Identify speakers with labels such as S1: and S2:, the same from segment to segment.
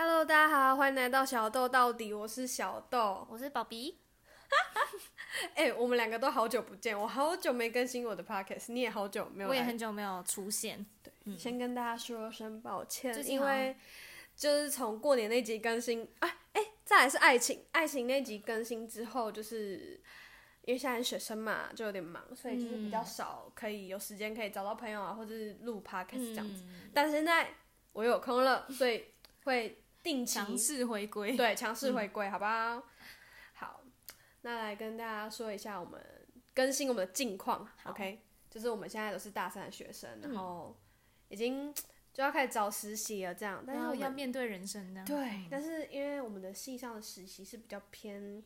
S1: 欢迎来到小豆到底，我是小豆。
S2: 我是宝比，
S1: 哎、我们两个都好久不见，我好久没更新我的 podcast，你也好久没有
S2: 我
S1: 来。
S2: 也很久没有出现。
S1: 对，先跟大家说声抱歉
S2: 最，近
S1: 因
S2: 好像
S1: 为就是从过年那集更新啊，哎、再来是爱情，爱情那集更新之后，就是因为现在学生嘛，就有点忙，所以就是比较
S2: 嗯
S1: 少可以有时间可以找到朋友啊，或者是录 podcast 这样子。
S2: 嗯
S1: 但现在我有空了，所以会定期
S2: 强势回 归，
S1: 对，强势回归，好不好？好，那来跟大家说一下我们更新我们的近况
S2: 好嗯
S1: ，OK？就是我们现在都是大三的学生，然后已经就要开始找实习了，这样。但
S2: 然
S1: 是我
S2: 后哦要
S1: 们
S2: 面对人生这样。
S1: 对，但是因为我们的系上的实习是比较偏，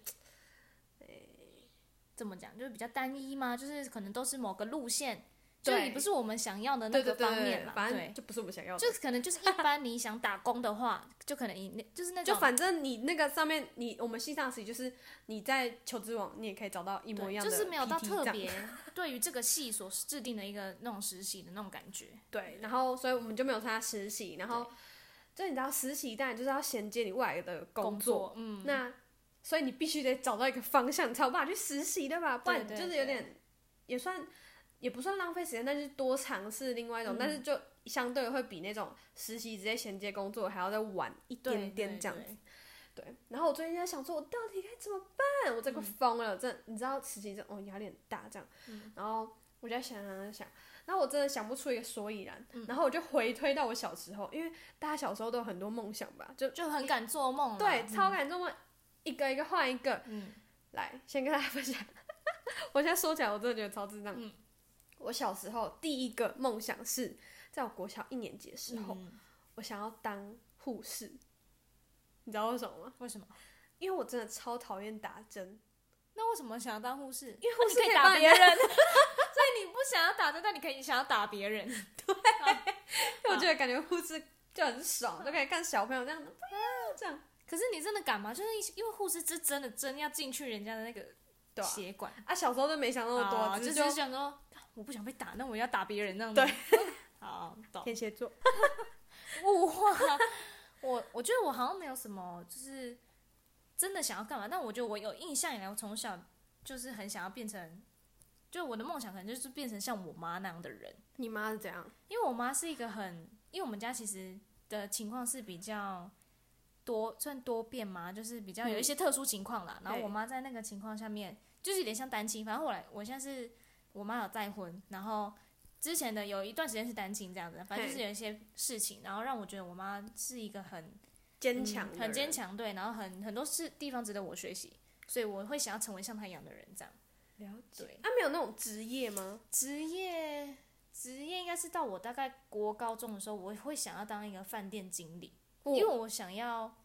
S2: 怎么讲，就是比较单一嘛，就是可能都是某个路线，就
S1: 对
S2: 也不是我们想要的那
S1: 对
S2: 个
S1: 对对
S2: 方
S1: 对
S2: 面
S1: 对，
S2: 嘛。
S1: 反
S2: 对
S1: 正，就不是我们想要的。
S2: 就是可能就是一般你想打工的话，就可能你那就是那
S1: 就
S2: 种
S1: 反正你那个上面，你我们系上的实习就是你在求职网，你也可以找到一模
S2: 对
S1: 一样
S2: 就
S1: 的 PT 这样，
S2: 是没有到特别 对于这个系所制定的一个那种实习的那种感觉。
S1: 对，然后所以我们就没有参加实习，然后就你知道实习当然就是要衔接你未来的工作，
S2: 嗯，
S1: 那所以你必须得找到一个方向，你才有办法去实习对吧？不然
S2: 对对
S1: 就是有点也算也不算浪费时间，但是多尝试另外一种，但是
S2: 嗯
S1: 就相对会比那种实习直接衔接工作还要再晚一
S2: 对
S1: 点
S2: 对
S1: 点这样
S2: 对
S1: 子。对，然后我最近在想说，我到底该怎么办？我这
S2: 嗯
S1: 个疯了，真的你知道，实习真的哦压力很大这样。
S2: 嗯
S1: 然后我就在想想想，然后我真的想不出一个所以然，
S2: 嗯
S1: 然后我就回推到我小时候，因为大家小时候都有很多梦想吧，就
S2: 就很敢做梦啦。
S1: 对，
S2: 嗯
S1: 超感动梦，一个一个换一个。
S2: 嗯
S1: 来，先跟大家分享， 我现在说起来我真的觉得超智障。
S2: 嗯
S1: 我小时候第一个梦想是在我国小一年级的时候，
S2: 嗯
S1: 我想要当护士，你知道为什么吗？
S2: 为什么？
S1: 因为我真的超讨厌打针，
S2: 那为什么想要当护士？因
S1: 为护士
S2: 可
S1: 可以
S2: 以
S1: 帮
S2: 打
S1: 人
S2: 别 人，所以你不想要打针，但你可以想要打别人。
S1: 因
S2: 啊
S1: 为我觉得感觉护士就很爽，就可以看小朋友这样子，这样
S2: 可是你真的敢吗？就是一因为护士是真的针要进去人家的那个
S1: 对啊。
S2: 血管，
S1: 啊，小时候都没想那么多，
S2: 啊
S1: 只
S2: 就是
S1: 就
S2: 想说啊我不想被打，那我要打别人那样子。
S1: 对，
S2: 好懂
S1: 天蝎座，
S2: 物化。我我觉得我好像没有什么，就是真的想要干嘛。但我觉得我有印象以来，我从小就是很想要变成，就我的梦想可能就是变成像我妈那样的人。
S1: 你妈是怎样？
S2: 因为我妈是一个很，因为我们家其实的情况是比较多，算多变嘛，就是比较有一些特殊情况啦。然
S1: 嗯
S2: 后
S1: 对
S2: 我妈在那个情况下面，就是有点像单亲。反正后来，我现在是我妈有再婚，然后之前的有一段时间是单亲这样子，反正就是有一些事情，然后让我觉得我妈是一个很
S1: 坚强、
S2: 嗯很坚。强，对，然后很很多事地方值得我学习，所以我会想要成为像她一样的人这样。
S1: 了解。
S2: 对，
S1: 啊，没有那种职业吗？
S2: 职业职业应该是到我大概国高中的时候，我会想要当一个饭店经理，
S1: 哦
S2: 因为我想要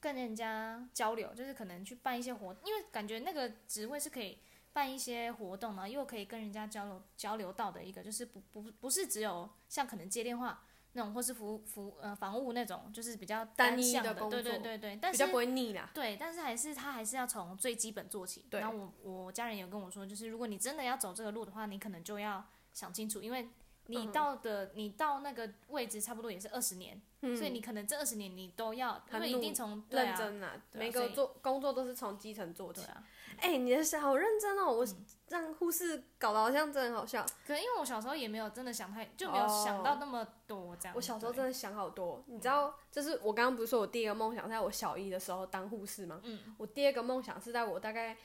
S2: 跟人家交流，就是可能去办一些活，因为感觉那个职位是可以办一些活动，然后又可以跟人家交流交流到的一个，就是不不不是只有像可能接电话那种，或是服务服务呃房务那种，就是比较
S1: 单一
S2: 向
S1: 的
S2: 的
S1: 工
S2: 对对
S1: 作
S2: 对对，但
S1: 比
S2: 是
S1: 较不会腻啦。
S2: 对，但是还是他还是要从最基本做起。
S1: 对
S2: 然后我我家人有跟我说，就是如果你真的要走这个路的话，你可能就要想清楚，因为
S1: 嗯
S2: 你
S1: 哼
S2: 到的、你到那个位置差不多也是二十年，
S1: 嗯，
S2: 所以你可能这二十年你都要，
S1: 很
S2: 因为
S1: 努
S2: 一定从对
S1: 认
S2: 啊
S1: 真啦，
S2: 对啊
S1: 每个
S2: 所以
S1: 做工作都是从基层做
S2: 对
S1: 起。
S2: 啊。嗯
S1: 哎，你的小好认真哦，我让护士搞得好像真的很好笑。
S2: 可能因为我小时候也没有真的想太，就没有想到那么多这样。
S1: 哦我小时候
S2: 对
S1: 真的想好多，你知道，就是我刚刚不是说我第一个梦想是在我小一的时候当护士吗？
S2: 嗯
S1: 我第二个梦想是在我大概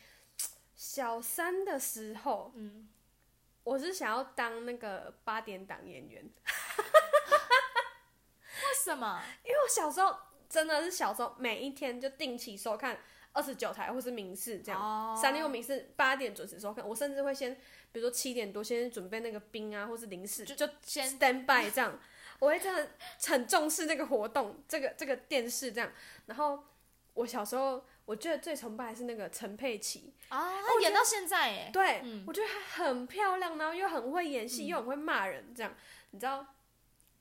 S1: 小三的时候，
S2: 嗯，
S1: 我是想要当那个八点档演员，
S2: 为什么？
S1: 因为我小时候真的是小时候每一天就定期收看二十九台或是明视 这样，
S2: 哦
S1: 三六明视八点准时收看，我甚至会先比如说七点多先准备那个冰啊或是零食，
S2: 就
S1: 就
S2: 先
S1: stand by 这样，我会真的很重视那个活动，这个这个电视这样，然后。我小时候，我觉得最崇拜的是那个陈佩琪，
S2: 啊，他演到现在哎，
S1: 对，
S2: 嗯
S1: 我觉得她很漂亮，然后又很会演戏，又很会骂人，这样你知道？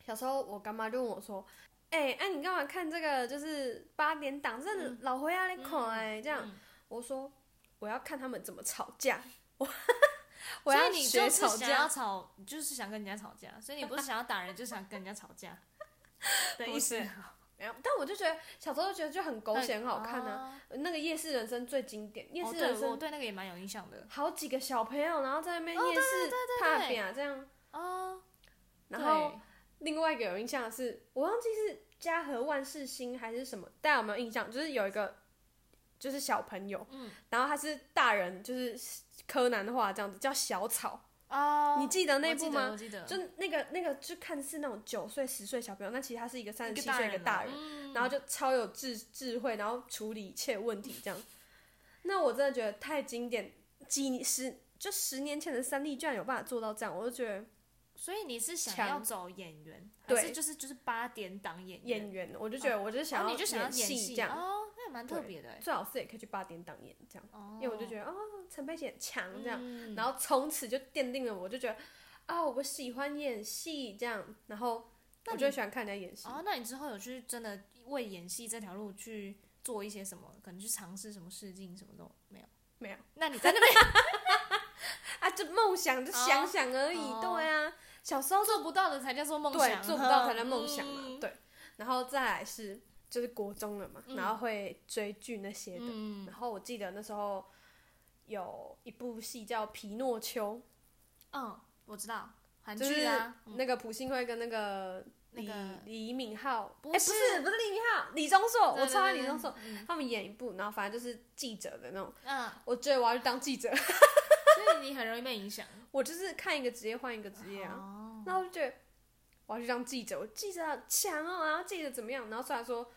S1: 小时候我干妈就问我说：“哎、哎、你干嘛看这个？就是八点档，这老回来的看哎、这样。
S2: 嗯
S1: 我说：“我要看他们怎么吵架， 我我
S2: 所以
S1: 要
S2: 你
S1: 学
S2: 就是
S1: 吵
S2: 想要
S1: 架。
S2: 吵，你 就是想跟人家吵架，所以你不是想要打人，就是想跟人家吵架的
S1: 不
S2: 意思”
S1: 是。哎、么样。但我就觉得小时候就觉得就很狗血，很好看啊。
S2: 啊。
S1: 那个夜市人生最经典，夜
S2: 哦，
S1: 市
S2: 对
S1: 人，
S2: 我
S1: 生
S2: 对那个也蛮有印象的。
S1: 好几个小朋友，然后在那边夜市
S2: 对
S1: 踏饼啊这样。
S2: 哦，
S1: 然后另外一个有印象的是，我忘记是嘉禾万事兴还是什么，大家有没有印象？就是有一个就是小朋友，
S2: 嗯
S1: 然后他是大人，就是柯南的话这样子叫小草，
S2: 对哦，
S1: 你记得那
S2: 我
S1: 部
S2: 记得
S1: 吗？
S2: 我记得，
S1: 就那个那个，就看似那种九岁十岁小朋友，那其实他是一个三十
S2: 一个
S1: 七岁一个
S2: 了
S1: 大人，
S2: 嗯
S1: 然后就超有智智慧，然后处理一切问题这样。那我真的觉得太经典，几十就十年前的三立居然有办法做到这样，我就觉得
S2: 所以你是想
S1: 强
S2: 要走演员，还
S1: 对
S2: 是就是就是八点档演员
S1: 演，员，我就觉得我就是想
S2: 然后
S1: 要
S2: 哦你就想要
S1: 演
S2: 演
S1: 戏这样，
S2: 哦，那也蛮特
S1: 对
S2: 别的欸，
S1: 最好是也可以去八点档演这样，
S2: 哦，
S1: 因为我就觉得哦，陈佩琪很强这样，
S2: 嗯
S1: 然后从此就奠定了我就觉得啊，我喜欢演戏这样，然后
S2: 那
S1: 我就喜欢看人家演戏。
S2: 哦，那你之后有去真的为演戏这条路去做一些什么？可能去尝试什么试镜什么都没有？
S1: 没有。
S2: 那你在那边
S1: 啊，就梦想就想想而已，
S2: 哦
S1: 对啊，小时候
S2: 做不到的才叫做梦
S1: 对
S2: 想，
S1: 做不到才叫梦想嘛，
S2: 嗯
S1: 对，然后再来是就是国中了嘛，
S2: 嗯
S1: 然后会追剧那些的，
S2: 嗯，
S1: 然后我记得那时候有一部戏叫《皮诺丘
S2: 嗯，我知道韩》，
S1: 就
S2: 剧
S1: 是
S2: 啊，嗯
S1: 那个朴信惠跟那个
S2: 那
S1: 李、
S2: 个
S1: 李敏镐，哎，
S2: 不
S1: 不
S2: 是
S1: 是不是李敏镐，李钟硕，
S2: 对
S1: 哦我超爱
S2: 对
S1: 李
S2: 对
S1: 钟硕，
S2: 嗯
S1: 他们演一部，然后反正就是记者的那种，
S2: 嗯，
S1: 我觉得我要去当记者，
S2: 所以你很容易被影响。
S1: 我就是看一个职业换一个职业啊。
S2: 哦，
S1: 那我就觉得我要去当记者，我记者好强哦，然后记者怎么样？然后虽然说，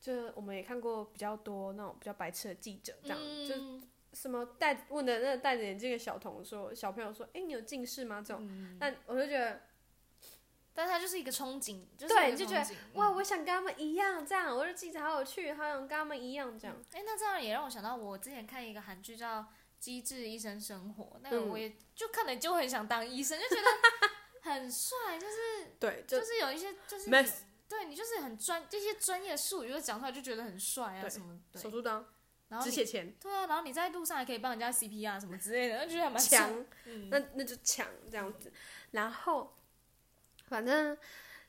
S1: 就是我们也看过比较多那种比较白痴的记者，这样、就
S2: 嗯
S1: 什么戴问的那个戴着眼镜的小童说，小朋友说，哎、你有近视吗？这种，
S2: 嗯
S1: 但我就觉得
S2: 但它就是一个憧憬，就是
S1: 对
S2: 一
S1: 你
S2: 个
S1: 就觉得
S2: 憧憬
S1: 哇，
S2: 嗯
S1: 我想跟他们一样，这样，我是记者，好有趣，好想跟他们一样，这样。
S2: 哎、那这样也让我想到，我之前看一个韩剧叫《机智医生生活》，那个
S1: 嗯
S2: 我也、就看了就很想当医生，就觉得 很帅，就是
S1: 嗯对，就
S2: 就是有一些就是
S1: Mess
S2: 对你就是很专这些专业术语，就讲出来就觉得很帅啊
S1: 对
S2: 什么
S1: 手
S2: 对，
S1: 术刀、
S2: 然后
S1: 止
S2: 你
S1: 血钳、
S2: 对啊，然后你在路上还可以帮人家 CPR 什么之类的，那就觉得还蛮帅。
S1: 枪，
S2: 嗯，
S1: 那那就抢这样子。然后，反正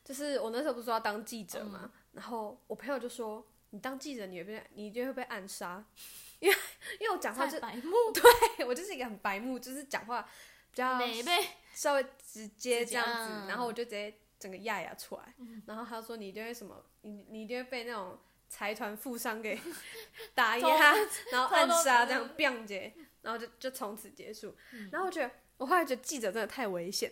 S1: 就是我那时候不是说要当记者嘛，
S2: 嗯
S1: 然后我朋友就说：“你当记者，你会被你一定会被暗杀。”因为因为我讲话
S2: 太
S1: 就
S2: 白目，
S1: 我就是一个很白目，就是讲话比较
S2: 美呗，
S1: 稍微直接这样
S2: 直接
S1: 子
S2: 嗯，
S1: 然后我就直接整个压牙出来。然后他说：“你一定会什么？你你一定会被那种财团富商 给打
S2: 偷
S1: 压，然后暗
S2: 偷偷嗯
S1: 杀这样 biang 姐，然后就就从此结束。”然后我觉得，我后来觉得记者真的太危险。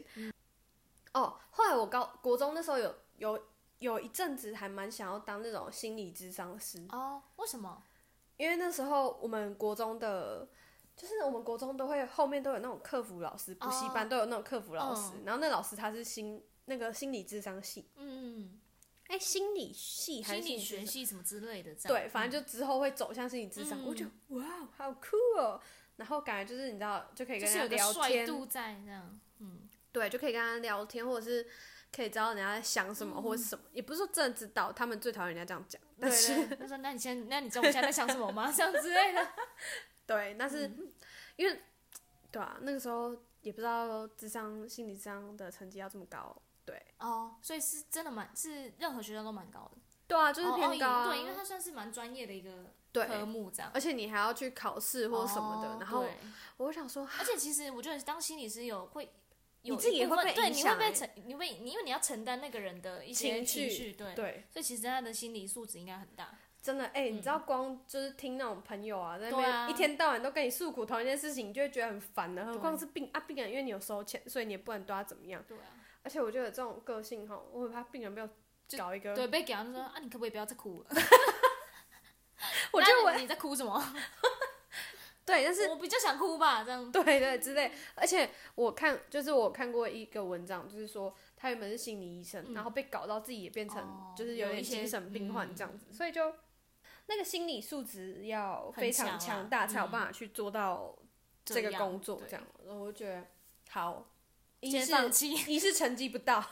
S1: 哦，后来我高国中那时候有有有一阵子还蛮想要当那种心理咨商师，
S2: 哦，为什么？
S1: 因为那时候我们国中的，就是我们国中都会后面都有那种客服老师，补习
S2: 哦
S1: 班都有那种客服老师，然后那老师他是心那个心理智商系，
S2: 嗯，
S1: 哎、心理系还
S2: 心
S1: 是
S2: 理
S1: 智
S2: 学
S1: 商
S2: 系什么之类的，这样
S1: 对，反正就之后会走向心理智商，
S2: 嗯
S1: 我就哇，好酷哦。然后感觉就是你知道，就可以
S2: 就
S1: 跟
S2: 是有
S1: 人
S2: 个
S1: 家聊
S2: 帅
S1: 天，
S2: 度在这样，嗯，
S1: 对，就可以跟他聊天，或者是可以知道人家在想什么、或
S2: 嗯
S1: 者什么，也不是说真的知道，他们最讨厌人家这样讲，
S2: 对
S1: 但是
S2: 对，他说：“那你先，那你知道我们现在在想什么吗？” 这样之类的。
S1: 对，但是、因为对啊，那个时候也不知道智商心理智商的成绩要这么高，对
S2: 哦，所以是真的蛮是任何学校都蛮高的，
S1: 对啊，就是
S2: 哦
S1: 偏高啊、
S2: 哦对，因为它算是蛮专业的一个
S1: 对
S2: 科目这样，
S1: 而且你还要去考试或什么的，
S2: 哦
S1: 然后
S2: 对
S1: 我想说，
S2: 而且其实我觉得当心理师有会。有
S1: 你自己也
S2: 一部分
S1: 会被
S2: 对，
S1: 影
S2: 你
S1: 响
S2: 会被
S1: 欸
S2: 承，你会你因为你要承担那个人的一些
S1: 情绪
S2: 绪，对，
S1: 对，
S2: 所以其实他的心理素质应该很大。
S1: 真的哎、你知道光就是听那种朋友啊，在那边、
S2: 对啊
S1: 一天到晚都跟你诉苦同一件事情，你就会觉得很烦的，何
S2: 对
S1: 况是病啊病人，因为你有收钱，所以你也不能对他怎么样。
S2: 对啊，
S1: 而且我觉得这种个性哈，我很怕病人被我
S2: 就
S1: 搞一个，
S2: 对，被给他就说啊，你可不可以不要再哭了？
S1: 我觉得
S2: 那
S1: 我
S2: 你在哭什么？
S1: 对， 但是
S2: 我比较想哭吧，这 样。
S1: 对对之类。而且我看，就是我看过一个文章，就是说他原本是心理医生，然后被搞到自己也变
S2: 嗯哦
S1: 成就是
S2: 有
S1: 点
S2: 一些嗯
S1: 精神病患这样子，所以就那个心理素质要
S2: 很
S1: 非常
S2: 强
S1: 强
S2: 啊
S1: 大，才有办法去做到这个工作
S2: 对
S1: 这样。我就觉得好，一
S2: 先
S1: 是
S2: 放弃，
S1: 一是成绩不到，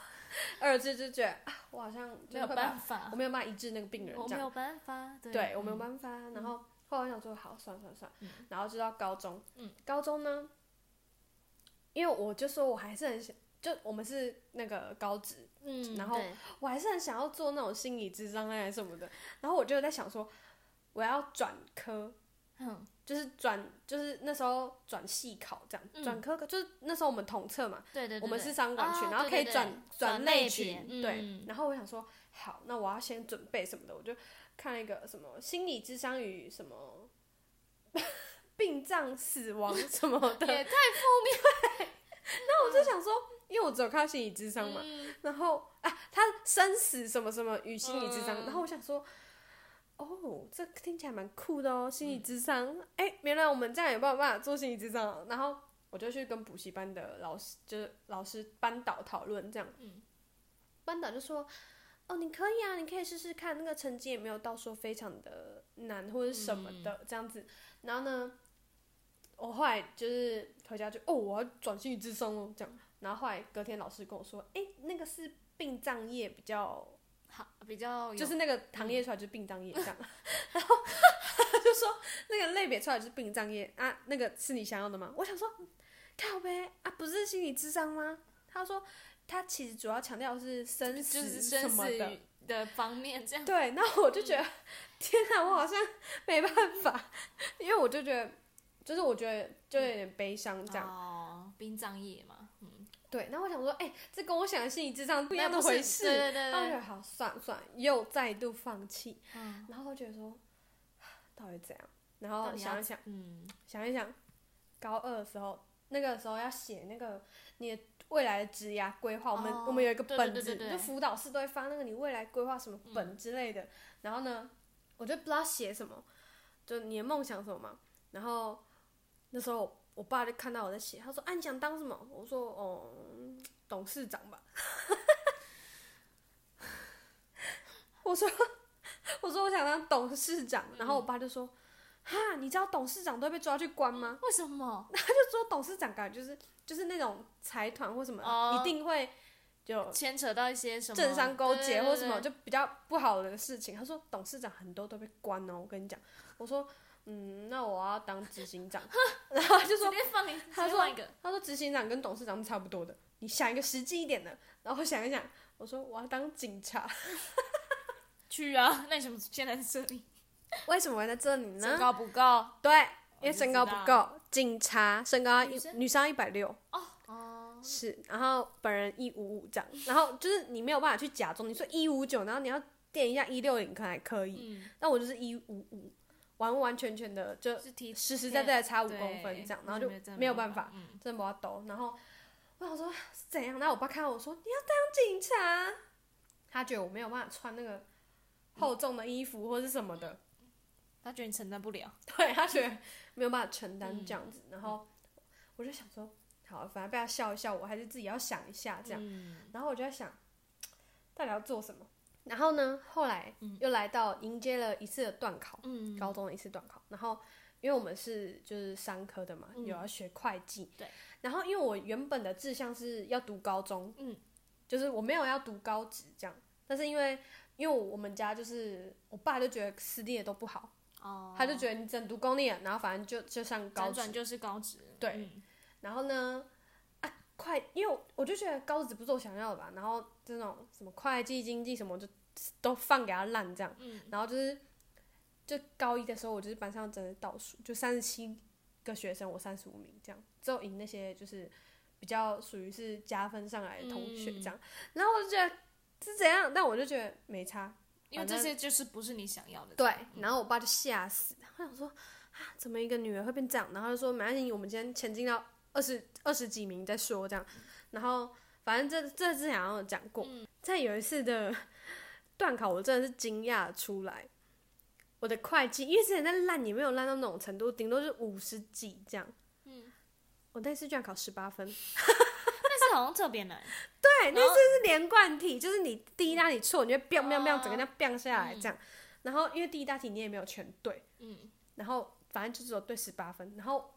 S1: 二是就觉得啊，我好像
S2: 没
S1: 就
S2: 有
S1: 会
S2: 办
S1: 把
S2: 法
S1: 我，没有办法医治那个病人
S2: 我
S1: 这
S2: 没
S1: 样
S2: 有。办法，对
S1: 对我
S2: 嗯
S1: 没有办法。啊然后后来我想说，好，算了算了算了，
S2: 嗯
S1: 然后就到高中，
S2: 嗯
S1: 高中呢，因为我就说我还是很想，就我们是那个高职，
S2: 嗯
S1: 然后
S2: 对
S1: 我还是很想要做那种心理智障啊什么的，然后我就在想说，我要转科，
S2: 嗯
S1: 就是转，就是那时候转系考这样，
S2: 嗯
S1: 转科就是那时候我们统测嘛，
S2: 对对对，
S1: 我们是
S2: 对
S1: 商管群，
S2: 哦
S1: 然后可以
S2: 对对对
S1: 转
S2: 转类
S1: 类
S2: 别
S1: 群，
S2: 嗯
S1: 对
S2: 嗯。
S1: 然后我想说，好，那我要先准备什么的，我就看了一个什么心理智商与什么 病障、死亡什么 的，
S2: 也太
S1: 那我就想说，因为我只有看到心理智商嘛，
S2: 嗯
S1: 然后啊，他生死什么什么与心理智商，
S2: 嗯
S1: 然后我想说，哦，这听起来蛮酷的哦，
S2: 嗯
S1: 心理智商，哎、原来我们这样也没有办法做心理智商啊，然后我就去跟补习班的老师，就是老师班导讨论这样，
S2: 嗯
S1: 班导就说。哦，你可以啊，你可以试试看，那个成绩也没有到说非常的难或者什么的、这样子。然后呢，我后来就是回家就哦，我要转心理智商哦，这样。然后后来隔天老师跟我说，哎、那个是殡葬业比较，
S2: 好，比较有
S1: 就是那个行业出来就是殡葬业这样。
S2: 嗯
S1: 然后就说那个类别出来就是殡葬业啊，那个是你想要的吗？我想说，靠呗啊，不是心理智商吗？他说他其实主要强调的是生死
S2: 就是
S1: 什
S2: 生
S1: 么
S2: 死
S1: 的。
S2: 与嗯的方面这样。
S1: 对，那我就觉得，天哪，我好像没办法，因为我就觉得，就是我觉得就有点悲伤这样。
S2: 哦，殡葬业嘛，嗯，
S1: 对，那我想说，哎、这跟我想的心理智障不一样
S2: 那
S1: 的
S2: 不是
S1: 回事。
S2: 对对对
S1: 那我觉
S2: 对，
S1: 得好，算了算了，又再度放弃。
S2: 嗯
S1: 然后我觉得说，到底怎样？然
S2: 到
S1: 后
S2: 底
S1: 想
S2: 要
S1: 一想，
S2: 嗯，
S1: 想一想，高二的时候，那个时候要写那个你的未来的职涯规划，我们、
S2: 哦
S1: 我们有一个
S2: 对对
S1: 本
S2: 对
S1: 子，
S2: 对对嗯
S1: 就辅导室都会发那个你未来规划什么本之类的。然后呢，我就不知道写什么，就你的梦想什么嘛。然后那时候我我爸就看到我在写，他说：“啊，你想当什么？”我说：“哦、嗯董事长吧。” 我说：“我说我想当董事长。”然后我爸就说：“哈，你知道董事长都会被抓去关吗？”
S2: 为什么？
S1: 他就说董事长感觉就是就是那种财团或什么、
S2: 哦
S1: 一定会就
S2: 牵扯到一些什么
S1: 政商勾结或什么
S2: 就
S1: 就比较不好的事情。他说董事长很多都被关哦，我跟你讲。我说嗯，那我要当执行长， 然后他就
S2: 直
S1: 说
S2: 接放你，
S1: 他
S2: 直接
S1: 说
S2: 换一个，
S1: 他说执行长跟董事长是差不多的，你想一个实际一点的。然后我想一想，我说我要当警察，
S2: 去啊，那你什么现在在这里？
S1: 为什么会在这里
S2: 身
S1: 呢？
S2: 高不够
S1: 对，因
S2: 我
S1: 为
S2: 就
S1: 身高
S2: 知
S1: 不
S2: 道
S1: 够，警察身高要
S2: 女
S1: 一
S2: 生
S1: 女生要一百六。
S2: 哦，
S1: 是，然后本人一五五这样，然后就是你没有办法去假装，你说一五九，然后你要垫一下一六零，可能还可以。
S2: 嗯，
S1: 那、我就是一五五，完完全全的就
S2: 就是提
S1: 呃实实在在的差五公分
S2: 对
S1: 这样，然后就
S2: 没有真的
S1: 没有
S2: 办
S1: 办法，
S2: 嗯，
S1: 真的把它抖。然后我想说是怎样，然后我爸看到我说你要当警察，他觉得我没有办法穿那个厚重的衣服或是什么的，
S2: 他觉得你承担不了，
S1: 对他觉得没有办法承担这样子，然后我就想说，好，反正被他笑一笑，我还是自己要想一下这样。
S2: 嗯，
S1: 然后我就在想，到底要做什么？然后呢，后来又来到迎接了一次的段考，
S2: 嗯，
S1: 高中的一次段考。然后因为我们是就是商科的嘛，
S2: 嗯
S1: 有要学会计，
S2: 对。
S1: 然后因为我原本的志向是要读高中，
S2: 嗯，
S1: 就是我没有要读高职这样，但是因为。因为我们家就是我爸就觉得私立的都不好，
S2: 哦，
S1: 他就觉得你只能读公立的，然后反正就就上高
S2: 辗
S1: 职
S2: 转就是高职，
S1: 对
S2: 嗯，
S1: 然后呢，啊，快，因为我我就觉得高职不是我想要的吧，然后这种什么会计、经济什么就都放给他烂这样，
S2: 嗯
S1: 然后就是就高一的时候，我就是班上真的倒数，就三十七个学生，我三十五名这样，只有赢那些就是比较属于是加分上来的同学这样，然后我就觉得是怎样，但我就觉得没差，
S2: 因
S1: 反
S2: 为这
S1: 正
S2: 些就是不是你想要的，
S1: 对
S2: 嗯，
S1: 然后我爸就吓死，他想说啊，怎么一个女儿会变这样？然后他就说没关系，我们今天前进到二十二十几名再说这样。
S2: 嗯
S1: 然后反正这这之前好像有讲过，在有一次的 段考，我真的是惊讶出来，我的会计，因为之前在烂也没有烂到那种程度，顶多是五十几这样。
S2: 嗯，
S1: 我那次居然考十八分，
S2: 但是好像特别难，
S1: 对，
S2: 然
S1: 那
S2: 后
S1: 次是连贯题，就是你第一大题错，你就 biang biang biang 整个这样
S2: 哦
S1: biang 下来这样。然后因为第一大题你也没有全对。
S2: 嗯，
S1: 然后反正就只有对十八分。然后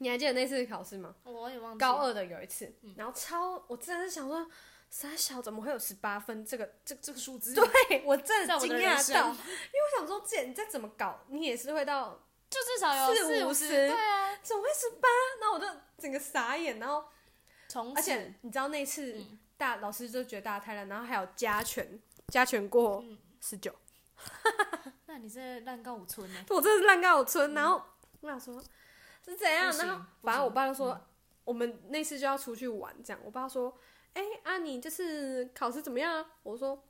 S1: 你还记得那次考试吗？
S2: 我也忘记嗯
S1: 高二的有一次，然后超，我真的是想说，三小怎么会有十八分？这个
S2: 这这个数字，
S1: 对我真的
S2: 在我
S1: 惊
S2: 的
S1: 讶
S2: 人
S1: 到，
S2: 生
S1: 因为我想说，这你再怎么搞，你也是会到，
S2: 就至少有
S1: 四五
S2: 四
S1: 十
S2: 对啊，
S1: 怎么会十八？然后我就整个傻眼，然后
S2: 从
S1: 而
S2: 此
S1: 且你知道那次
S2: 嗯
S1: 大、老师就觉得大太烂，然后还有加权，加权过
S2: 嗯
S1: 十九、
S2: 那你这烂告五村呢、
S1: 我真的是烂告我村。然后我想说是怎样，
S2: 嗯不行
S1: 然后
S2: 不
S1: 反正我爸就
S2: 行嗯
S1: 说、我们那次就要出去玩，这样。我爸说，哎、啊你就是考试怎么样啊？我说，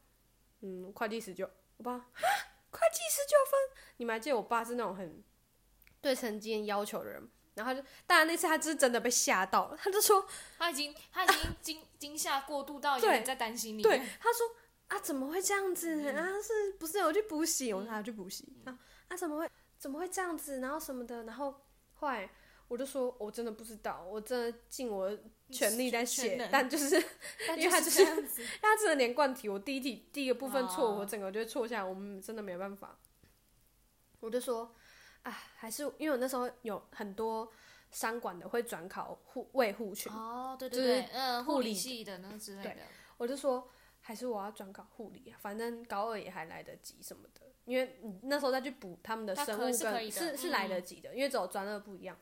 S1: 嗯，会计十九。我爸，哈，会计十九分。你们还记得我爸是那种很对成绩很要求的人。然后他就，当然那次他就是真的被吓到了，他就说，
S2: 他已经他已经惊惊吓过度到有
S1: 对
S2: 点在担心你。
S1: 对，他说啊，怎么会这样子？
S2: 嗯
S1: 啊，是不是有去补习？我说他去补习啊啊，怎么会怎么会这样子？然后什么的，然后后来我就说，我真的不知道，我真的尽我的全力在
S2: 全
S1: 写
S2: 能，
S1: 但就是
S2: 但
S1: 因为他
S2: 就
S1: 就是
S2: 是这样子。
S1: 他真的连贯题，我第一题第一个部分错，
S2: 哦
S1: 我整个就错下来，我们真的没办法。我就说，哎，还是因为我那时候有很多商管的会转考护卫护群，
S2: 哦，对对
S1: 就是
S2: 对，嗯，护
S1: 护
S2: 理
S1: 理
S2: 系的那之类
S1: 对
S2: 的，
S1: 我就说还是我要转考护理啊，反正高二也还来得及什么的，因为你那时候再去补他们的
S2: 那
S1: 生物
S2: 可
S1: 跟
S2: 是可以的
S1: 是
S2: 嗯
S1: 来得及的，因为只有专二不一样。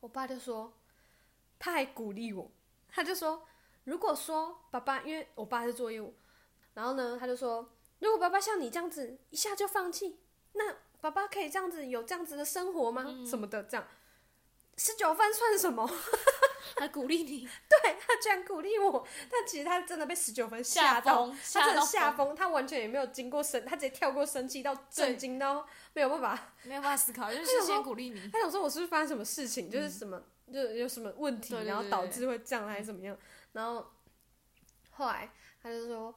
S1: 我爸就说，他还鼓励我，他就说，如果说爸爸，因为我爸是做业务，然后呢，他就说，如果爸爸像你这样子一下就放弃，那爸爸可以这样子有这样子的生活吗？
S2: 嗯
S1: 什么的这样。十九分算什么？
S2: 还鼓励 你
S1: 他居然鼓励我，但其实他真的被十九分
S2: 吓
S1: 到，
S2: 疯，
S1: 他真
S2: 到
S1: 的吓
S2: 疯，
S1: 疯，他完全也没有经过生，他直接跳过生气到震惊到没有办法。
S2: 没有办法 思考，就是先鼓励你。
S1: 他想说我是不是发生什么事情，就是什么，就是有什么问题，
S2: 嗯对对对
S1: 然后导致会这样还是怎么样？然后后来他就说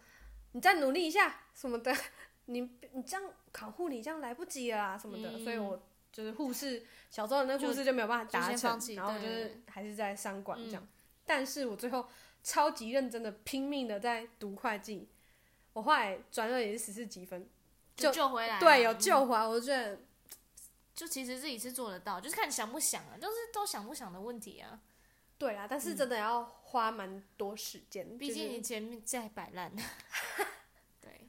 S1: 你再努力一下什么的， 你你这样考护理这样来不及了啊什么的，
S2: 嗯
S1: 所以我。就是护士，小时候的那护士就没有办法达
S2: 就先放
S1: 成
S2: 弃，
S1: 然后
S2: 对嗯
S1: 就
S2: 对
S1: 是
S2: 对
S1: 还是在商管这样。但是我最后超级认真的、拼命的在读会计，我后来转了也是十四几分，
S2: 就
S1: 就
S2: 救回来了，
S1: 对，有
S2: 嗯
S1: 救回来，我就觉得
S2: 就其实自己是做得到，就是看你想不想啊，就是都想不想的问题啊。
S1: 对啊，但是真的要花蛮多时间，
S2: 毕竟
S1: 就
S2: 你
S1: 是
S2: 前面在摆烂， 对，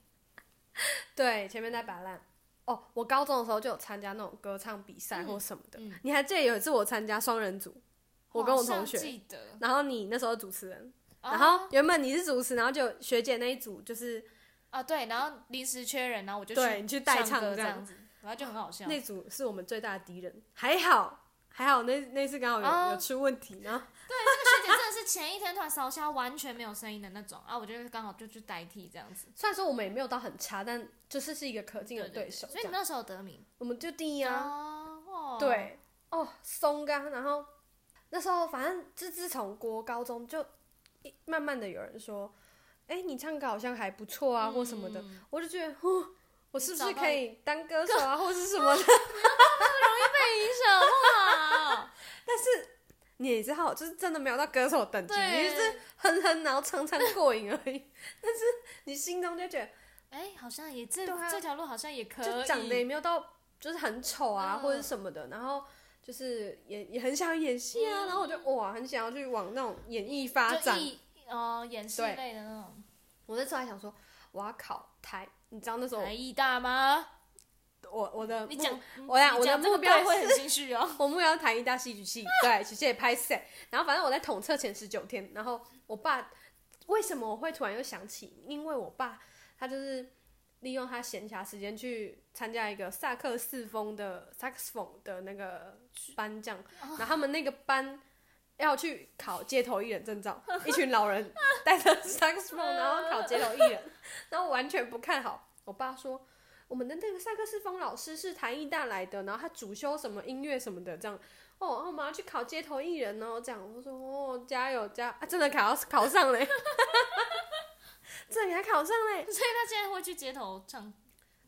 S1: 对前面在摆烂。哦，我高中的时候就有参加那种歌唱比赛
S2: 嗯
S1: 或什么的，
S2: 嗯
S1: 你还记得有一次我参加双人组， 我跟我
S2: 好像
S1: 同学，
S2: 记得，
S1: 然后你那时候主持人，然
S2: 哦
S1: 后原本你是主持，然后就学姐那一组就是
S2: 啊对，然后临时缺人，然后我就
S1: 对你去代
S2: 唱
S1: 唱
S2: 歌
S1: 这样
S2: 样子，然后就很好笑。
S1: 那组是我们最大的敌人，还好还好那那次刚好有、
S2: 哦
S1: 有出问题，然后
S2: 学姐真的是前一天突然烧香，完全没有声音的那种啊，我就刚好就去代替这样子。
S1: 虽然说我们也没有到很差，但就是是一个可敬的
S2: 对
S1: 手，
S2: 所以
S1: 这样
S2: 你那时候有得名
S1: 我们就第一啊，
S2: 哦，哇，
S1: 对，哦，松冈，然后那时候反正自自从国高中就一慢慢的有人说，哎、你唱歌好像还不错啊，或什么的，
S2: 嗯
S1: 我就觉得，哦，我是不
S2: 找
S1: 是
S2: 到
S1: 可以当歌手啊，或是什么 的？
S2: 被影响 哇，
S1: 你也知道，就是真的没有到歌手等级，你就是
S2: 对，
S1: 哼哼，然后唱唱过瘾而已。 但是你心中就觉得，
S2: 哎，好像也这
S1: 对啊
S2: 这条路好像也可
S1: 就
S2: 以，
S1: 长得也没有到就是很丑啊，
S2: 嗯
S1: 或者什么的，然后。就是也也很想演戏啊，然后我就哇，很想要去往那种演艺发
S2: 嗯就
S1: 展，
S2: 艺哦演戏
S1: 对
S2: 类的那种。
S1: 我那时候还想说，我要考台，你知道那时候
S2: 才艺大吗？
S1: 我我的
S2: 你
S1: 目
S2: 讲，
S1: 我讲嗯哎
S2: 你
S1: 我的
S2: 讲这个
S1: 目标
S2: 对会
S1: 是
S2: 很心虚哦。
S1: 我目标是台艺大戏剧系，对，曲系拍摄。然后反正我在统测前十九天，然后我爸为什么我会突然又想起？因为我爸他就是利用他闲暇时间去参加一个萨克斯风的萨克斯风的那个班这样，然后他们那个班。要去考街头艺人证照，一群老人 带着萨克斯风，然后考街头艺人， 然后我完全不看好。我爸说，我们的那个萨克斯风老师是台艺大来的，然后他主修什么音乐什么的，这样哦，然后我们要去考街头艺人哦，这样我说哦，加油加啊，真的考考上嘞，这里还考上嘞，
S2: 所以他现在会去街头唱，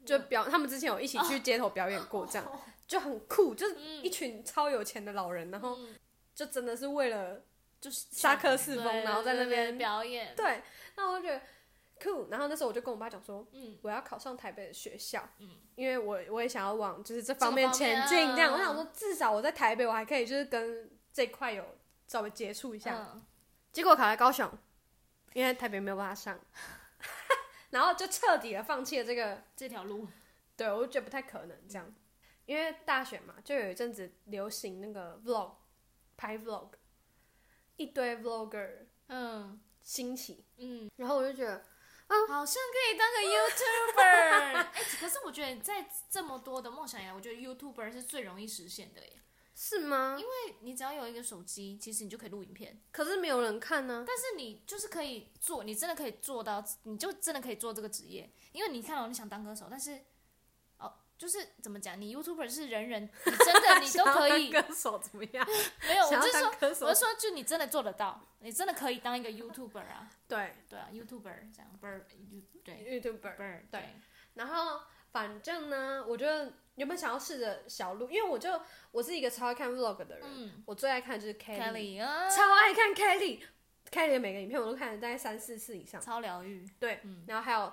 S1: 就表他们之前有一起去街头表演过，这样就很酷，就是
S2: 嗯
S1: 一群超有钱的老人，然后
S2: 嗯
S1: 就真的是为了
S2: 就是
S1: 沙克四
S2: 对
S1: 风然后在那
S2: 对对
S1: 边
S2: 表演。
S1: 对，那我就觉得酷，然后那时候我就跟我爸讲说，
S2: 嗯，
S1: 我要考上台北的学校，
S2: 嗯
S1: 因为我我也想要往就是这
S2: 个
S1: 方面
S2: 方面
S1: 前
S2: 啊
S1: 进，这样我想说至少我在台北我还可以就是跟这块有稍微接触一下，
S2: 嗯
S1: 结果考在高雄，因为台北没有办法 上，然后就彻底的放弃了这个，
S2: 这条路
S1: 对我就觉得不太可能这样，因为大学嘛，就有一阵子流行那个 vlog，拍 vlog，一堆 vlogger
S2: 嗯
S1: 兴起，
S2: 嗯，
S1: 然后我就觉得
S2: 好像可以当个 YouTuber。哎、可是我觉得在这么多的梦想以来，我觉得 YouTuber 是最容易实现的耶。
S1: 是吗？
S2: 因为你只要有一个手机，其实你就可以录影片，
S1: 可是没有人看 呢、
S2: 但是你就是可以做，你真的可以做到，你就真的可以做这个职业。因为你看到、你想当歌手，但是哦，就是怎么讲，你 YouTuber 是人人，你真的你都可 以
S1: 想要当歌手怎么样？
S2: 没有，我
S1: 想
S2: 就
S1: 要
S2: 说，
S1: 当歌
S2: 我
S1: 手
S2: 是，说，就你真的做得到，你真的可以当一个 YouTuber 啊，
S1: 对
S2: 对啊，YouTuber 这样，bird，对
S1: ，YouTuber。
S2: ，bird，
S1: 对，然后反正呢，我就原本想要试着小路，因为我就我是一个超爱看 vlog 的人，
S2: 嗯
S1: 我最爱看的就是 Kelly，
S2: ，Kelly 啊，
S1: 超爱看 Kelly。Kelly 的每个影片我都看了大概三四次以上，
S2: 超疗愈，
S1: 对，
S2: 嗯
S1: 然后还有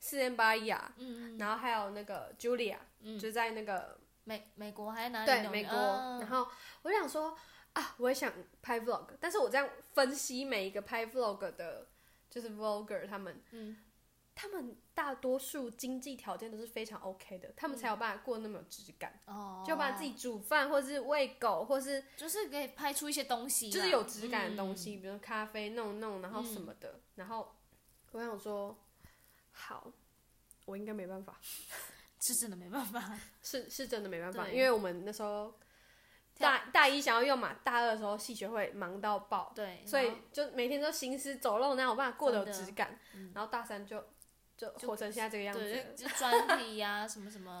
S1: 四连八一啊，
S2: 嗯，
S1: 然后还有那个 Julia，、
S2: 嗯
S1: 就在那个
S2: 美美国还是哪里？
S1: 对美国，
S2: 嗯
S1: 然后我就想说啊，我也想拍 vlog，但是我这样分析每一个拍 vlog 的，就是 vlogger 他们，
S2: 嗯
S1: 他们大多数经济条件都是非常 OK 的，他们才有办法过那么有质感，
S2: 嗯哦，
S1: 就把自己煮饭，或是喂狗，或是
S2: 就是可以拍出一些东西啦，
S1: 就是有质感的东
S2: 嗯。
S1: 西，比如咖啡弄弄，然后什么的。然后我想说，好，我应该没办法，
S2: 是真的没 办法。
S1: 是是真的没办法，
S2: 对
S1: 因为我们那时候
S2: 跳
S1: 大大一想要用嘛，大二的时候戏学会忙到爆，
S2: 对，
S1: 所以
S2: 哎然后
S1: 就每天都行尸走肉，哪有办法过得有
S2: 真的
S1: 质感？
S2: 嗯
S1: 然后大三就就
S2: 就
S1: 活成现在这个样子了
S2: 对，就专题 呀、什么什么打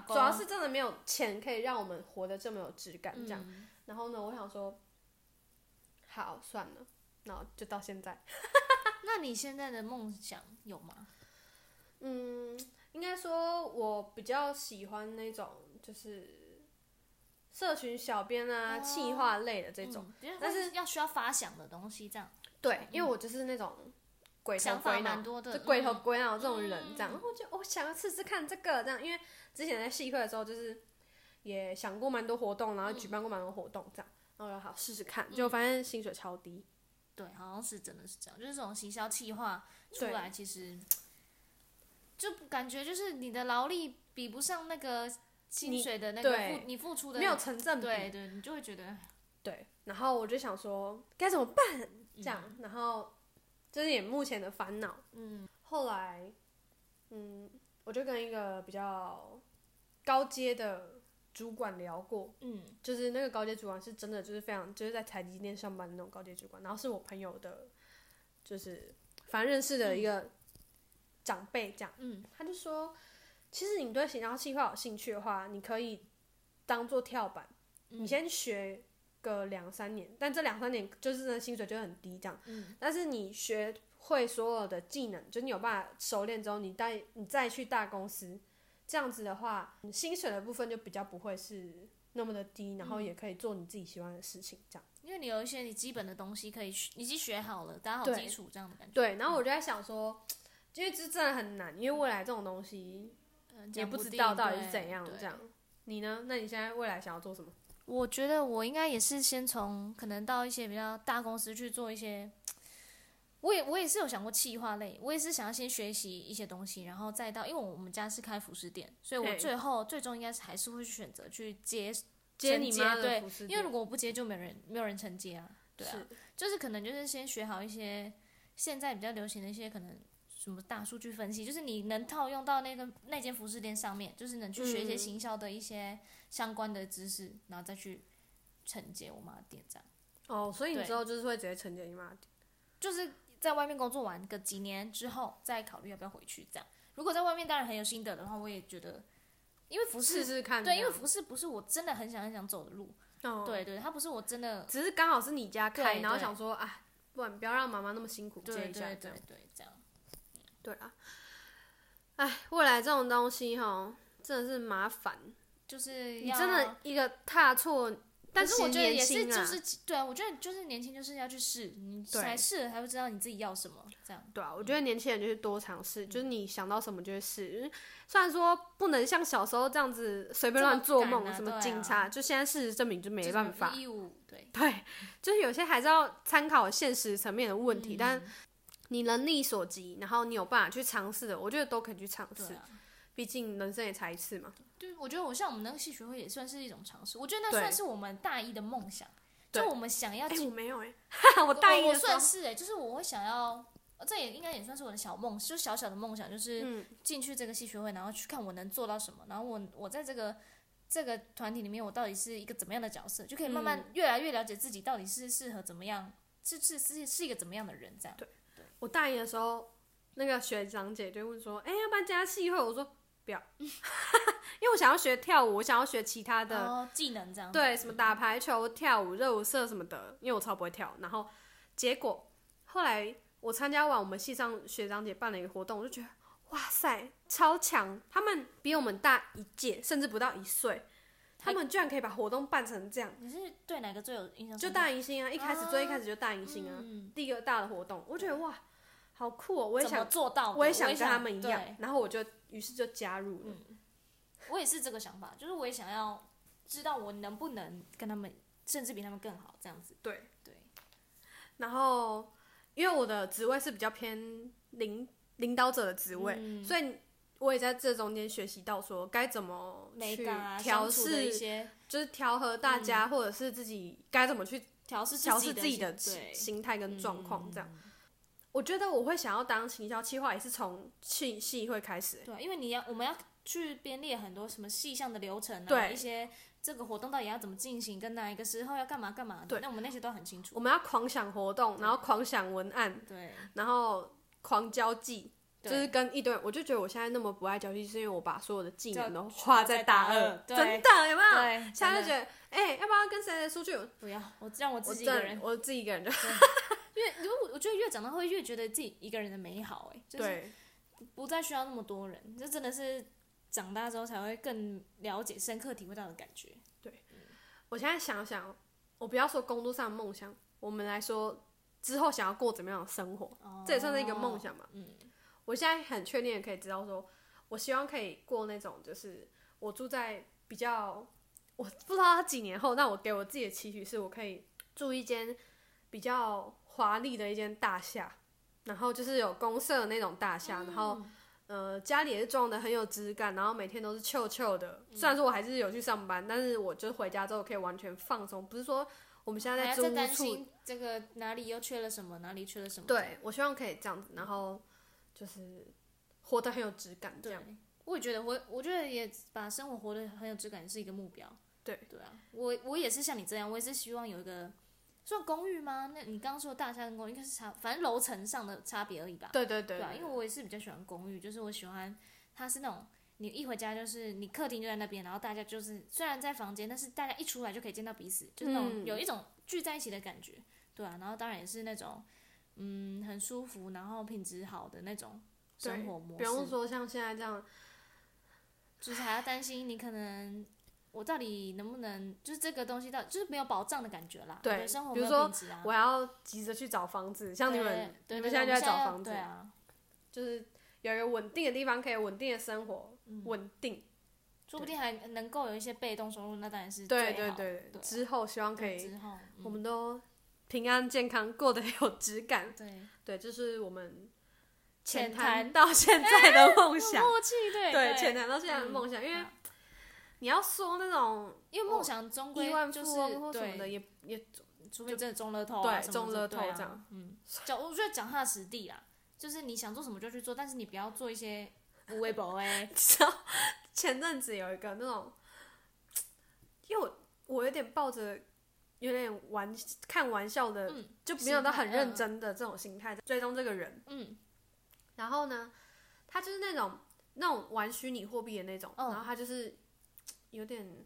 S1: 对，主
S2: 工，啊
S1: 要是真的没有钱可以让我们活得这么有质感，这样。
S2: 嗯
S1: 然后呢，我想说，好算了，然后就到现在，
S2: 啊那你现在的梦想有吗？
S1: 嗯，应该说我比较喜欢那种就是社群小编啊、
S2: 哦
S1: 企划类的这种，
S2: 嗯，因为
S1: 但是
S2: 会要需要发想的东西，这样
S1: 对，因为我就是那种鬼头
S2: 嗯想法
S1: 鬼脑
S2: 蛮。多的，
S1: 就鬼头
S2: 嗯
S1: 鬼脑这种人，这样，
S2: 嗯
S1: 然后我就我哦想要试试看这个，这样，因为之前在戏课的时候，就是也想过蛮多活动，然后
S2: 嗯
S1: 举办过蛮多活动，这样，然后我就好试试看，结果发现薪水超低，
S2: 对，好像是真的是这样，就是这种行销企划出
S1: 对
S2: 来，其实就感觉就是你的劳力比不上那个薪
S1: 你
S2: 水的那个
S1: 对
S2: 付你付出的
S1: 没有成正比，
S2: 对对，你就会觉得
S1: 对，然后我就想说该怎么办这样，然后这是也目前的烦恼。
S2: 嗯
S1: 后来，嗯，我就跟一个比较高阶的主管聊过，
S2: 嗯
S1: 就是那个高阶主管是真的就是非常就是在台积电上班的那种高阶主管，然后是我朋友的，就是反正认识的一个长辈这样，
S2: 嗯
S1: 他就说，其实你对行销企划有兴趣的话，你可以当做跳板，你先学个两三年，但这两三年就是真的薪水就很低这样，
S2: 嗯
S1: 但是你学会所有的技能，就你有办法熟练之后，你再你再去大公司，这样子的话，你薪水的部分就比较不会是那么的低，然后也可以做你自己喜欢的事情，这样。
S2: 因为你有一些你基本的东西可以学，已经学好了，打好
S1: 对
S2: 基础这样的感觉。
S1: 对，然后我就在想说，因为这真的很难，因为未来这种东西
S2: 嗯，
S1: 也
S2: 讲不
S1: 知
S2: 定
S1: 道到底
S2: 对
S1: 是怎样，
S2: 对
S1: 这样。你呢？那你现在未来想要做什么？
S2: 我觉得我应该也是先从可能到一些比较大公司去做一些，我也我也是有想过企划类，我也是想要先学习一些东西，然后再到，因为我们家是开服饰店，所以我
S1: 嘿
S2: 最后最终应该是还是会选择去接，
S1: 接
S2: 承
S1: 你
S2: 接
S1: 妈的
S2: 对
S1: 服饰
S2: 因为
S1: 店，
S2: 如果我不接就没有人没有人承接啊，对啊，
S1: 是
S2: 就是可能就是先学好一些现在比较流行的一些可能什么大数据分析，就是你能套用到那个那间服饰店上面，就是能去学一些
S1: 嗯
S2: 行销的一些相关的知识，然后再去承接我妈的店这样。
S1: 哦，所以你
S2: 对
S1: 之后就是会直接承接你妈的店。
S2: 就是在外面工作完个几年之后，再考虑要不要回去这样。如果在外面当然很有心得的话，我也觉得，因为服
S1: 试
S2: 饰
S1: 试看这
S2: 对，
S1: 样。
S2: 因为服饰不是我真的很想很想走的路，
S1: 哦
S2: 对对，它不是我真的
S1: 只是刚好是你家开，
S2: 对
S1: 然后
S2: 对
S1: 想说啊，不然不要让妈妈那么辛苦接
S2: 对
S1: 一下
S2: 对
S1: 这
S2: 对
S1: 样。
S2: 对这样。
S1: 对啊，哎，未来这种东西哈，真的是麻烦。
S2: 就是
S1: 你
S2: 要
S1: 真的一个踏错，但
S2: 但是我觉得也是，
S1: 年轻
S2: 就
S1: 啊
S2: 是对啊，我觉得就是年轻就是要去试，你
S1: 对
S2: 才试了才会知道你自己要什么。这样，
S1: 对啊，我觉得年轻人就是多尝
S2: 嗯
S1: 试，就是你想到什么就会试。虽然说不能像小时候这样子随便乱做
S2: 这么
S1: 梦，
S2: 赶啊
S1: 什么警察，就现在事实证明就没办法。
S2: 义务对
S1: 对， 就是有些还是要参考现实层面的问
S2: 嗯
S1: 题，但你能力所及，然后你有办法去尝试的，我觉得都可以去尝试
S2: 对。啊，
S1: 毕竟人生也才一次嘛。
S2: 对，我觉得我像我们那个戏学会也算是一种尝试，我觉得那
S1: 对
S2: 算是我们大一的梦想，
S1: 对
S2: 就我们想要
S1: 哎、
S2: 进
S1: 我没有 哎、哈哈，我大一
S2: 我
S1: 的时候
S2: 算，是哎、就是我会想要，呃这也应该也算是我的小梦，就小小的梦想，就是
S1: 嗯
S2: 进去这个戏学会，然后去看我能做到什么，然后我我在这个这个团体里面，我到底是一个怎么样的角色，就可以慢
S1: 嗯
S2: 慢越来越了解自己到底是适合怎么样，是是是是一个怎么样的人这样。
S1: 我大一的时候，那个学长姐就问说，哎、要不然加戏会？我说不 要，因为我想要学跳舞，我想要学其他的
S2: 然后技能这样子。
S1: 对，什么打排球、跳舞、热舞社什么的，因为我超不会跳。然后结果后来我参加完我们系上学长姐办了一个活动，我就觉得哇塞，超强！他们比我们大一届，甚至不到一岁，他们居然可以把活动办成这样，
S2: 你是对哪个最有印象
S1: 就
S2: 深刻？
S1: 大迎新啊！一开始最一开始就大迎新啊，
S2: 嗯，
S1: 第一个大的活动，我觉得哇，好酷哦！我也
S2: 怎么
S1: 想，
S2: 做到的？
S1: 我
S2: 也
S1: 也想跟他们一样
S2: 对。嗯
S1: 然后我就于是就加入了。
S2: 我也是这个想法，就是我也想要知道我能不能跟他们，甚至比他们更好这样子。
S1: 对
S2: 对，
S1: 然后因为我的职位是比较偏领领导者的职位，
S2: 嗯
S1: 所以我也在这中间学习到说该怎么
S2: 美
S1: 去
S2: 感啊，
S1: 调
S2: 相处的
S1: 试，
S2: 一些嗯
S1: 就是调和大家，或者是自己该怎么去
S2: 调试
S1: 调试自
S2: 自
S1: 己
S2: 己
S1: 的
S2: 对嗯
S1: 心心态跟状况这样。我觉得我会想要当行销企划，也是从系系会开始、欸
S2: 对啊，因为你要我们要去编列很多什么细项的流程啊，
S1: 对
S2: 一些这个活动到底要怎么进行，跟哪一个时候要干嘛干嘛的，
S1: 对
S2: 那我们那些都很清楚。
S1: 我们要狂想活动，然后狂想文案，
S2: 对，
S1: 然后狂交际，就
S2: 对
S1: 是跟一堆人，我就觉得我现在那么不爱交际，是因为我把所有的技能都
S2: 就
S1: 花在大
S2: 花在大
S1: 二
S2: 二，对
S1: 真的有没有？
S2: 对，
S1: 现在
S2: 真
S1: 就
S2: 的
S1: 觉得，哎、要不要跟谁谁出去？我
S2: 不要，我让我自己一
S1: 真
S2: 个
S1: 的
S2: 人，
S1: 我自己一个人就
S2: 因为因为我我觉得越长大会越觉得自己一个人的美好、哎， 就是
S1: 对
S2: 不再需要那么多人，这真的是长大之后才会更了解、深刻体会到的感觉。
S1: 我现在想想，我不要说工作上的梦想，我们来说之后想要过怎么样的生活，
S2: 哦
S1: 这也算是一个梦想嘛。嗯，我现在很确定的可以知道说，我希望可以过那种就是我住在比较，我不知道几年后，但我给我自己的期许是我可以住一间比较华丽的一间大厦，然后就是有公社的那种大厦，
S2: 嗯
S1: 然后。呃，家里也是装的很有质感，然后每天都是臭臭的。虽然说我还是有去上班，但是我就回家之后可以完全放松，不是说我们现
S2: 还
S1: 在在
S2: 要
S1: 租
S2: 再
S1: 屋
S2: 担
S1: 处，
S2: 心这个哪里又缺了什么，哪里缺了什么。
S1: 对我希望可以这样子，然后就是活得很有质感，这
S2: 对
S1: 样，
S2: 我也觉得我，我觉得也把生活活得很有质感是一个目标。
S1: 对
S2: 对啊，我我也是像你这样，我也是希望有一个算公寓吗？那你刚刚说的大厦跟公寓应该是差，反正楼层上的差别而已吧。
S1: 对对对
S2: 对啊，因为我也是比较喜欢公寓，就是我喜欢它是那种你一回家就是你客厅就在那边，然后大家就是虽然在房间，但是大家一出来就可以见到彼此，就是那种
S1: 嗯
S2: 有一种聚在一起的感觉，对啊，然后当然也是那种嗯很舒服，然后品质好的那种生活模
S1: 不用
S2: 式，
S1: 说像现在这样，
S2: 就是还要担心你可能。我到底能不能就是这个东西到就是没有保障的感觉啦？
S1: 对
S2: 我的生活
S1: 比
S2: 没
S1: 如
S2: 有
S1: 说
S2: 品质啊。
S1: 我要急着去找房子，像你们，你
S2: 对对
S1: 们
S2: 对
S1: 现在就在
S2: 我
S1: 找
S2: 要
S1: 房子
S2: 对，啊，
S1: 就是有一个稳定的地方，可以有稳定的生活，
S2: 嗯
S1: 稳定，
S2: 说不定还能够有一些被动收入，那当然是
S1: 对
S2: 最
S1: 对
S2: 好
S1: 对
S2: 对啊
S1: 之后希望可以
S2: 之嗯后，
S1: 我们都平安健康，过得有质感。
S2: 对，
S1: 对，这是我们
S2: 浅
S1: 谈
S2: 谈
S1: 到现在的梦
S2: 有
S1: 想。
S2: 哦默契， 对
S1: 对，浅谈到现在的梦想，因
S2: 对
S1: 为
S2: 啊
S1: 你要说那种
S2: 因为梦想终归
S1: 亿万
S2: 就
S1: 富
S2: 是
S1: 翁或什么的，
S2: 对，
S1: 也也
S2: 除非真的中乐透啊，
S1: 对
S2: 什么
S1: 中
S2: 的
S1: 乐透
S2: 对啊
S1: 这样。
S2: 嗯，脚我觉得脚踏实地啦，就是你想做什么就去做，但是你不要做一些无哎为不为
S1: 知道。前阵子有一个那种，因为我我有点抱着有点玩看玩笑的，
S2: 嗯
S1: 就没有到
S2: 心态
S1: 很认
S2: 嗯
S1: 真的这种心态追踪这个人。
S2: 嗯，
S1: 然后呢，他就是那种那种玩虚拟货币的那种，
S2: 嗯
S1: 然后他就是嘖有点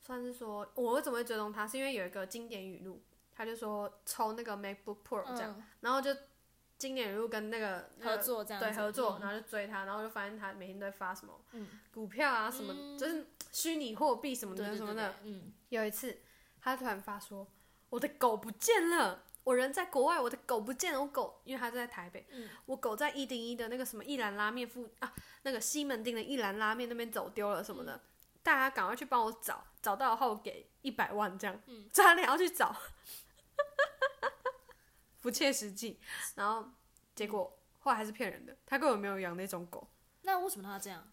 S1: 算是说，我为什么会追踪他，是因为有一个经典语录，他就说抽那个 MacBook Pro 这样，
S2: 嗯
S1: 然后就经典语录跟那个
S2: 合。
S1: 那个
S2: 作这样子
S1: 对合作，
S2: 嗯
S1: 然后就追他，然后就发现他每天都在发什么
S2: 嗯
S1: 股票啊，什么、
S2: 嗯
S1: 就是虚拟货币什么
S2: 对
S1: 的
S2: 对
S1: 什么
S2: 对
S1: 的
S2: 对。，嗯，
S1: 有一次，他突然发说：“我的狗不见了，我人在国外，我的狗不见了，我狗，因为他在台北，
S2: 嗯
S1: 我狗在一零一的那个什么一兰拉面附啊，那个西门町的一兰拉面那边走丢了什么
S2: 嗯
S1: 的，大家赶快去帮我找，找到的话我给一百万这样，
S2: 嗯
S1: 差点要去找， 不切实际。然后结
S2: 嗯
S1: 果后来还是骗人的，他根本没有养那种狗，
S2: 那为什么他要这样？哦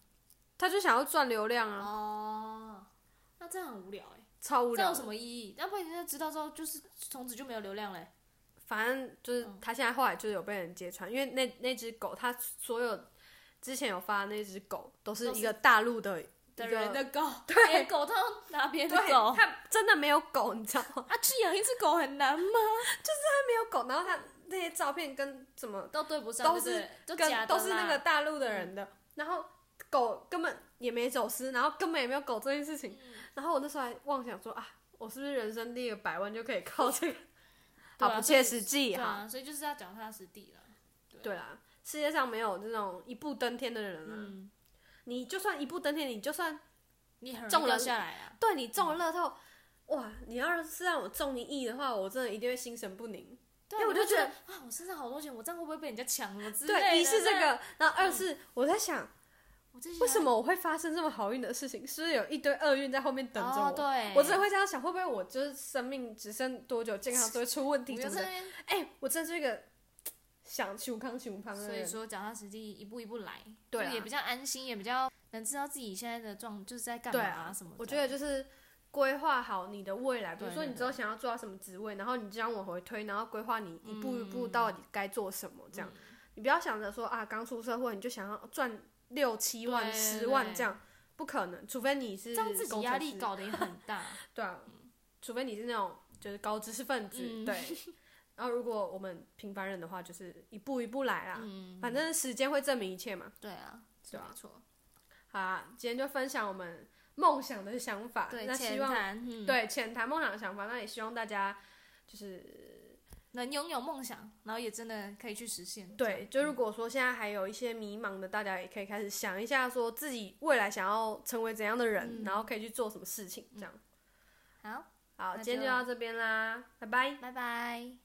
S1: 他就想要赚流量啊。”
S2: 哦，那这样很无聊哎，
S1: 超无
S2: 这
S1: 聊
S2: 有
S1: 的。
S2: 什么意义？那被人家知道之后，就是从此就没有流量嘞、
S1: 反正就是他现在后来就是有被人揭穿，因为那那只狗，他所有之前有发的那只狗都是
S2: 都是
S1: 一个大陆的
S2: 的
S1: 一个
S2: 人的狗，
S1: 对
S2: 连狗都要拿别人的
S1: 对，
S2: 狗
S1: 他真的没有狗，你知道吗？
S2: 啊，去养一只狗很难吗？
S1: 没有狗，然后他那些照片跟怎么
S2: 都对不上，
S1: 都是
S2: 对不对都假
S1: 跟
S2: 的
S1: 都
S2: 啦
S1: 是那个大陆的人的，然后狗根本也没走私，然后根本也没有狗这件事情，
S2: 嗯
S1: 然后我那时候还妄想说啊，我是不是人生第一个百万就可以靠这个？
S2: 对
S1: 好
S2: 啊
S1: 不切实际
S2: 对
S1: 哈、
S2: 啊，所以就是要脚踏实地了。
S1: 对啦，世界上没有这种一步登天的人啊。
S2: 嗯，
S1: 你就算一步登天，你就算
S2: 你很容
S1: 中
S2: 易掉
S1: 了
S2: 下来啊。
S1: 对你中了乐透，哇！你要是让我中一亿的话，我真的一定会心神不宁。
S2: 对
S1: 哎
S2: 啊，
S1: 因为我
S2: 你
S1: 就
S2: 会觉
S1: 觉得
S2: 啊，我身上好多钱，我这样会不会被人家抢了之类的？
S1: 对，一是这
S2: 那，嗯
S1: 个，然后二是我在想，
S2: 我这些
S1: 为什么我会发生这么好运的事情？是不是有一堆厄运在后面等着我？
S2: 哦、对，
S1: 我真的会这样想，会不会我就是生命只剩多久，健康都会出问
S2: 我
S1: 题？
S2: 就
S1: 怎
S2: 这
S1: 么的？
S2: 边，
S1: 哎、我真是一个想穷康穷康的
S2: 所以
S1: 人。
S2: 说脚踏实地，一步一步来，
S1: 对啊
S2: 就是也比较安心，也比较能知道自己现在的状就是在干嘛
S1: 对啊
S2: 什么的。
S1: 我觉得就是规划好你的未来，比如
S2: 对
S1: 说
S2: 对
S1: 你之后想要做到什么职位，然后你这样往回推，然后规划你
S2: 嗯
S1: 一步一步到底该做什么，这样、你不要想着说啊，刚出社会你就想要赚六七万、
S2: 对
S1: 十
S2: 对
S1: 万这样，不可能，除非你是
S2: 这样自己
S1: 工程
S2: 压力
S1: 师
S2: 搞得也 很大。
S1: 对啊，除非你是那种就是高知识分子，
S2: 嗯
S1: 对。然后如果我们平凡人的话，就是一步一步来啦，
S2: 嗯，
S1: 反正时间会证明一切嘛。
S2: 对啊，是
S1: 对啊
S2: 没错。
S1: 好啊，今天就分享我们梦想的想法，
S2: 对，
S1: 那
S2: 浅
S1: 希望
S2: 谈，嗯，
S1: 对浅谈梦想的想法，那也希望大家就是
S2: 能拥有梦想，然后也真的可以去实现。
S1: 对，就如果说现在还有一些迷茫的，大家也可以开始想一下，说自己未来想要成为怎样的人，然后可以去做什么事情，这样。
S2: 好，
S1: 好，
S2: 那
S1: 今天就
S2: 就
S1: 到这边啦，拜拜。
S2: 拜拜。